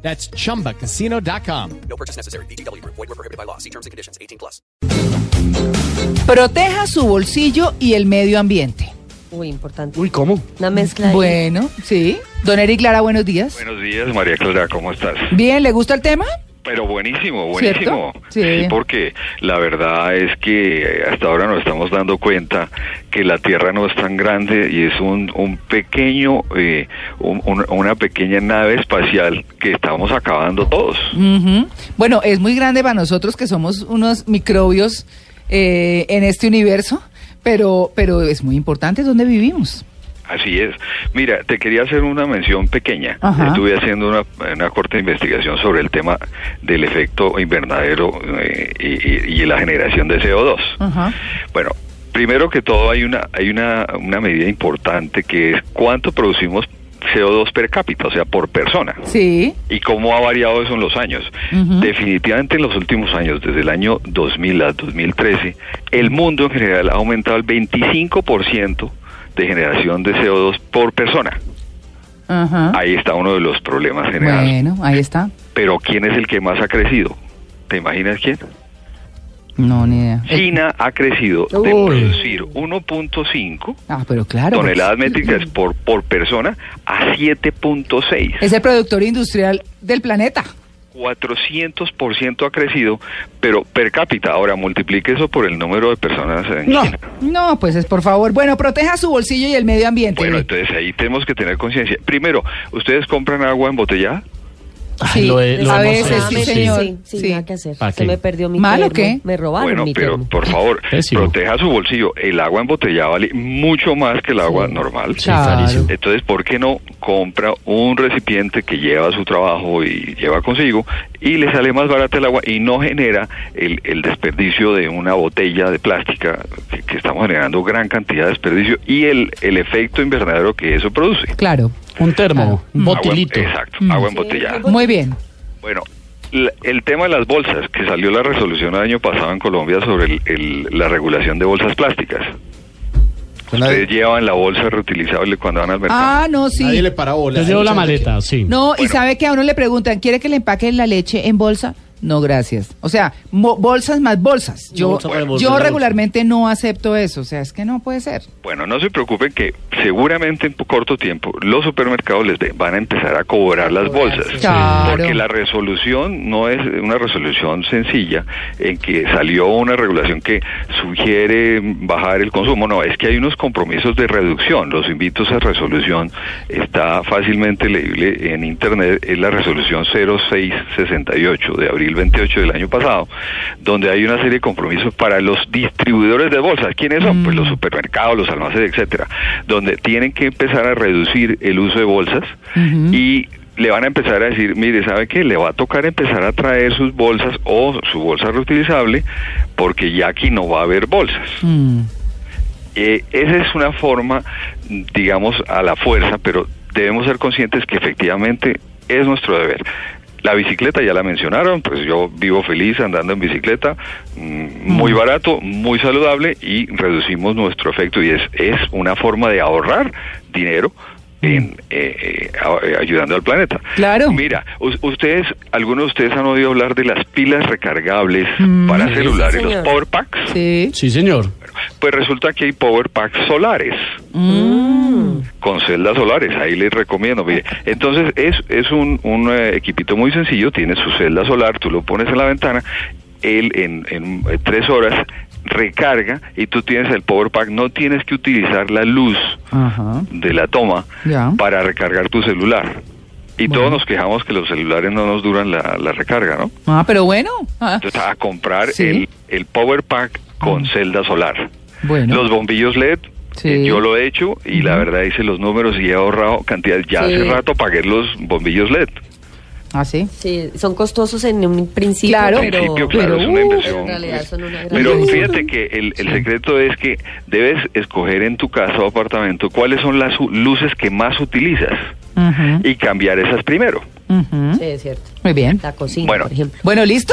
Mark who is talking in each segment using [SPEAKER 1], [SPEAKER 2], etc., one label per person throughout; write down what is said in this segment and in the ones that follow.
[SPEAKER 1] That's chumbacasino.com.
[SPEAKER 2] No purchase necessary. BGW. Void were prohibited by law. See terms and conditions. 18 plus.
[SPEAKER 3] Proteja su bolsillo y el medio ambiente.
[SPEAKER 4] Muy importante.
[SPEAKER 5] Uy, ¿cómo?
[SPEAKER 4] Una mezcla ahí.
[SPEAKER 3] Bueno, sí. Don Eric Lara, buenos días.
[SPEAKER 6] Buenos días, María Clara, ¿cómo estás?
[SPEAKER 3] Bien, ¿le gusta el tema?
[SPEAKER 6] Pero buenísimo, buenísimo.
[SPEAKER 3] ¿Cierto? Sí.
[SPEAKER 6] porque la verdad es que hasta ahora nos estamos dando cuenta que la Tierra no es tan grande y es un, un pequeño, eh, un- un- una pequeña nave espacial que estamos acabando todos.
[SPEAKER 3] Ujú. Bueno, es muy grande para nosotros que somos unos microbios eh, en este universo, pero, pero es muy importante dónde vivimos.
[SPEAKER 6] Así es. Mira, te quería hacer una mención pequeña.
[SPEAKER 3] Ajá.
[SPEAKER 6] Estuve haciendo una, una corta investigación sobre el tema del efecto invernadero eh, y, y- y la generación de CO2.
[SPEAKER 3] Ajá.
[SPEAKER 6] Bueno, primero que todo hay una hay una, una medida importante que es cuánto producimos CO2 per cápita, o sea, por persona.
[SPEAKER 3] Sí.
[SPEAKER 6] Y cómo ha variado eso en los años. Definitivamente en los últimos años, desde el año 2000 a 2013, el mundo en general ha aumentado el 25% de generación de CO2 por persona.
[SPEAKER 3] Ajá.
[SPEAKER 6] Ahí está uno de los problemas generales.
[SPEAKER 3] Ah. Bueno, ahí está.
[SPEAKER 6] Pero ¿quién es el que más ha crecido? ¿Te imaginas quién?
[SPEAKER 3] No, ni idea.
[SPEAKER 6] China ha crecido de
[SPEAKER 3] Uy.
[SPEAKER 6] producir 1.5
[SPEAKER 3] Ah, pero pues, claro.
[SPEAKER 6] toneladas métricas por, por persona a 7.6.
[SPEAKER 3] Es el productor industrial del planeta.
[SPEAKER 6] 400% ha crecido, pero per cápita. Ahora, multiplique eso por el número de personas en
[SPEAKER 3] No,
[SPEAKER 6] China.
[SPEAKER 3] no, pues es por favor. Bueno, proteja su bolsillo y el medio ambiente.
[SPEAKER 6] Bueno, entonces ahí tenemos que tener conciencia. Primero, ¿ustedes compran agua embotellada?
[SPEAKER 3] Sí,
[SPEAKER 5] lo he- eh, lo
[SPEAKER 3] a
[SPEAKER 5] hemos
[SPEAKER 3] veces,
[SPEAKER 5] hecho,
[SPEAKER 3] sí,
[SPEAKER 5] sí.
[SPEAKER 3] señor.
[SPEAKER 4] Sí, sí,
[SPEAKER 3] Sí.
[SPEAKER 4] nada que hacer.
[SPEAKER 5] ¿Para
[SPEAKER 4] Se
[SPEAKER 5] qué?
[SPEAKER 4] me perdió mi
[SPEAKER 3] ¿Mal o
[SPEAKER 4] termo.
[SPEAKER 3] qué?
[SPEAKER 4] Me robaron
[SPEAKER 6] Bueno,
[SPEAKER 4] mi
[SPEAKER 6] pero
[SPEAKER 4] termo.
[SPEAKER 6] por favor,
[SPEAKER 5] Pésimo.
[SPEAKER 6] proteja su bolsillo. El agua embotellada vale mucho más que el agua normal.
[SPEAKER 3] Claro.
[SPEAKER 6] Entonces, ¿por qué no compra un recipiente que lleva su trabajo y lleva consigo y le sale más barata el agua y no genera el, el desperdicio de una botella de plástica que, que estamos generando gran cantidad de desperdicio y el, el efecto invernadero que eso produce?
[SPEAKER 3] Claro.
[SPEAKER 5] Un
[SPEAKER 3] Claro.
[SPEAKER 5] termo, un
[SPEAKER 6] Agua-
[SPEAKER 5] botilito.
[SPEAKER 6] exacto,
[SPEAKER 3] Mm.
[SPEAKER 6] agua
[SPEAKER 4] Sí,
[SPEAKER 6] embotellada.
[SPEAKER 3] Muy bien.
[SPEAKER 6] Bueno, la- el tema de las bolsas, que salió la resolución el año pasado en Colombia sobre el- el- la regulación de bolsas plásticas. Ustedes llevan la bolsa reutilizable cuando van al mercado.
[SPEAKER 3] Ah, no, sí.
[SPEAKER 7] Nadie le para bola.
[SPEAKER 5] Yo llevo la
[SPEAKER 7] Mucha gente-
[SPEAKER 5] maleta, sí.
[SPEAKER 3] No, y sabe que a uno le preguntan, ¿quiere que le empaque la leche en bolsa? No, gracias. O sea, mo- bolsas más bolsas. Yo,
[SPEAKER 5] Bolsa para bolsa,
[SPEAKER 3] yo
[SPEAKER 5] bolsa.
[SPEAKER 3] regularmente no acepto eso. O sea, es que no puede ser.
[SPEAKER 6] Bueno, no se preocupen que seguramente en po- corto tiempo los supermercados les de- van a empezar a cobrar las bolsas.
[SPEAKER 3] Claro.
[SPEAKER 6] Porque la resolución no es una resolución sencilla en que salió una regulación que sugiere bajar el consumo. No, es que hay unos compromisos de reducción. Los invito a esa resolución. Está fácilmente leíble en Internet. Es la resolución 0668 de abril 28 del año pasado, donde hay una serie de compromisos para los distribuidores de bolsas. ¿Quiénes son? Pues los supermercados, los almacenes, etcétera, donde tienen que empezar a reducir el uso de bolsas y le van a empezar a decir, mire, ¿sabe qué? Le va a tocar empezar a traer sus bolsas o su bolsa reutilizable porque ya aquí no va a haber bolsas.
[SPEAKER 3] Mm.
[SPEAKER 6] Eh, esa es una forma, digamos, a la fuerza, pero debemos ser conscientes que efectivamente es nuestro deber. La bicicleta ya la mencionaron, pues yo vivo feliz andando en bicicleta, mm, muy barato, muy saludable y reducimos nuestro efecto y es, es una forma de ahorrar dinero en, eh, eh, a- eh, ayudando al planeta.
[SPEAKER 3] Claro.
[SPEAKER 6] Mira, u- ustedes, algunos de ustedes han oído hablar de las pilas recargables para celulares, los
[SPEAKER 4] señor.
[SPEAKER 6] power packs.
[SPEAKER 3] Sí.
[SPEAKER 5] Sí, señor.
[SPEAKER 6] Pues resulta que hay power packs solares. Con celdas solares, ahí les recomiendo. Mire. Entonces es, es un, un, eh, equipito muy sencillo, tiene su celda solar, tú lo pones en la ventana, él en, en, eh, tres horas recarga y tú tienes el power pack, no tienes que utilizar la luz
[SPEAKER 3] Ajá.
[SPEAKER 6] de la toma
[SPEAKER 3] Ya.
[SPEAKER 6] para recargar tu celular. Y todos nos quejamos que los celulares no nos duran la, la recarga, ¿no?
[SPEAKER 3] Ah, pero bueno. Ah,
[SPEAKER 6] Entonces, a comprar
[SPEAKER 3] Sí.
[SPEAKER 6] el, el power pack con celda solar.
[SPEAKER 3] Bueno.
[SPEAKER 6] Los bombillos LED,
[SPEAKER 3] Sí.
[SPEAKER 6] eh, yo lo he hecho y la verdad hice los números y he ahorrado cantidades. Ya
[SPEAKER 4] Sí.
[SPEAKER 6] hace rato pagué los bombillos LED.
[SPEAKER 3] ¿Ah, sí?
[SPEAKER 4] Sí, son costosos en un principio,
[SPEAKER 3] Claro,
[SPEAKER 6] En
[SPEAKER 4] pero,
[SPEAKER 6] principio, claro,
[SPEAKER 3] pero,
[SPEAKER 6] es una
[SPEAKER 3] uh,
[SPEAKER 6] inversión.
[SPEAKER 4] en realidad son una gran
[SPEAKER 6] Pero
[SPEAKER 3] inversión.
[SPEAKER 6] fíjate que el, el secreto es que debes escoger en tu casa o apartamento cuáles son las u- luces que más utilizas
[SPEAKER 3] Ujú,
[SPEAKER 6] y cambiar esas primero.
[SPEAKER 3] ujú.
[SPEAKER 4] Sí, es cierto.
[SPEAKER 3] Muy bien.
[SPEAKER 4] La cocina,
[SPEAKER 6] Bueno.
[SPEAKER 4] por ejemplo.
[SPEAKER 3] Bueno, ¿listo?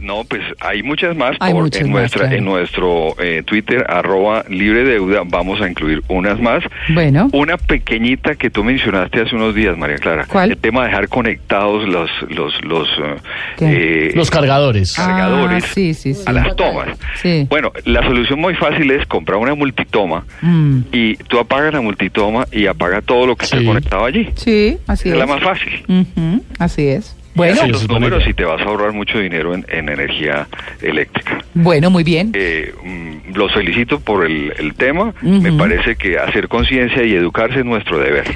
[SPEAKER 6] No, pues hay muchas más
[SPEAKER 3] Hay
[SPEAKER 6] por-
[SPEAKER 3] muchas
[SPEAKER 6] en
[SPEAKER 3] más,
[SPEAKER 6] nuestra
[SPEAKER 3] claro.
[SPEAKER 6] en nuestro eh, Twitter arroba libre deuda vamos a incluir unas más.
[SPEAKER 3] Bueno.
[SPEAKER 6] Una pequeñita que tú mencionaste hace unos días, María Clara.
[SPEAKER 3] ¿Cuál?
[SPEAKER 6] El tema de dejar conectados los los los eh,
[SPEAKER 3] ¿Qué?
[SPEAKER 6] eh,
[SPEAKER 5] Los cargadores.
[SPEAKER 3] Ah,
[SPEAKER 6] cargadores
[SPEAKER 3] sí, sí, sí.
[SPEAKER 6] a las tomas.
[SPEAKER 3] Sí.
[SPEAKER 6] Bueno, la solución muy fácil es comprar una multitoma
[SPEAKER 3] Mm,
[SPEAKER 6] y tú apagas la multitoma y apaga todo lo que
[SPEAKER 5] Sí.
[SPEAKER 6] esté conectado allí.
[SPEAKER 3] sí, así
[SPEAKER 6] es
[SPEAKER 3] es.
[SPEAKER 6] la más fácil.
[SPEAKER 3] Ujú, así es. Bueno,
[SPEAKER 5] Sí,
[SPEAKER 6] Los
[SPEAKER 5] es buena
[SPEAKER 6] números
[SPEAKER 5] idea.
[SPEAKER 6] y te vas a ahorrar mucho dinero en, en energía eléctrica.
[SPEAKER 3] bueno, muy bien.
[SPEAKER 6] Eh, mm, los felicito por el, el tema. Me parece que hacer conciencia y educarse es nuestro deber.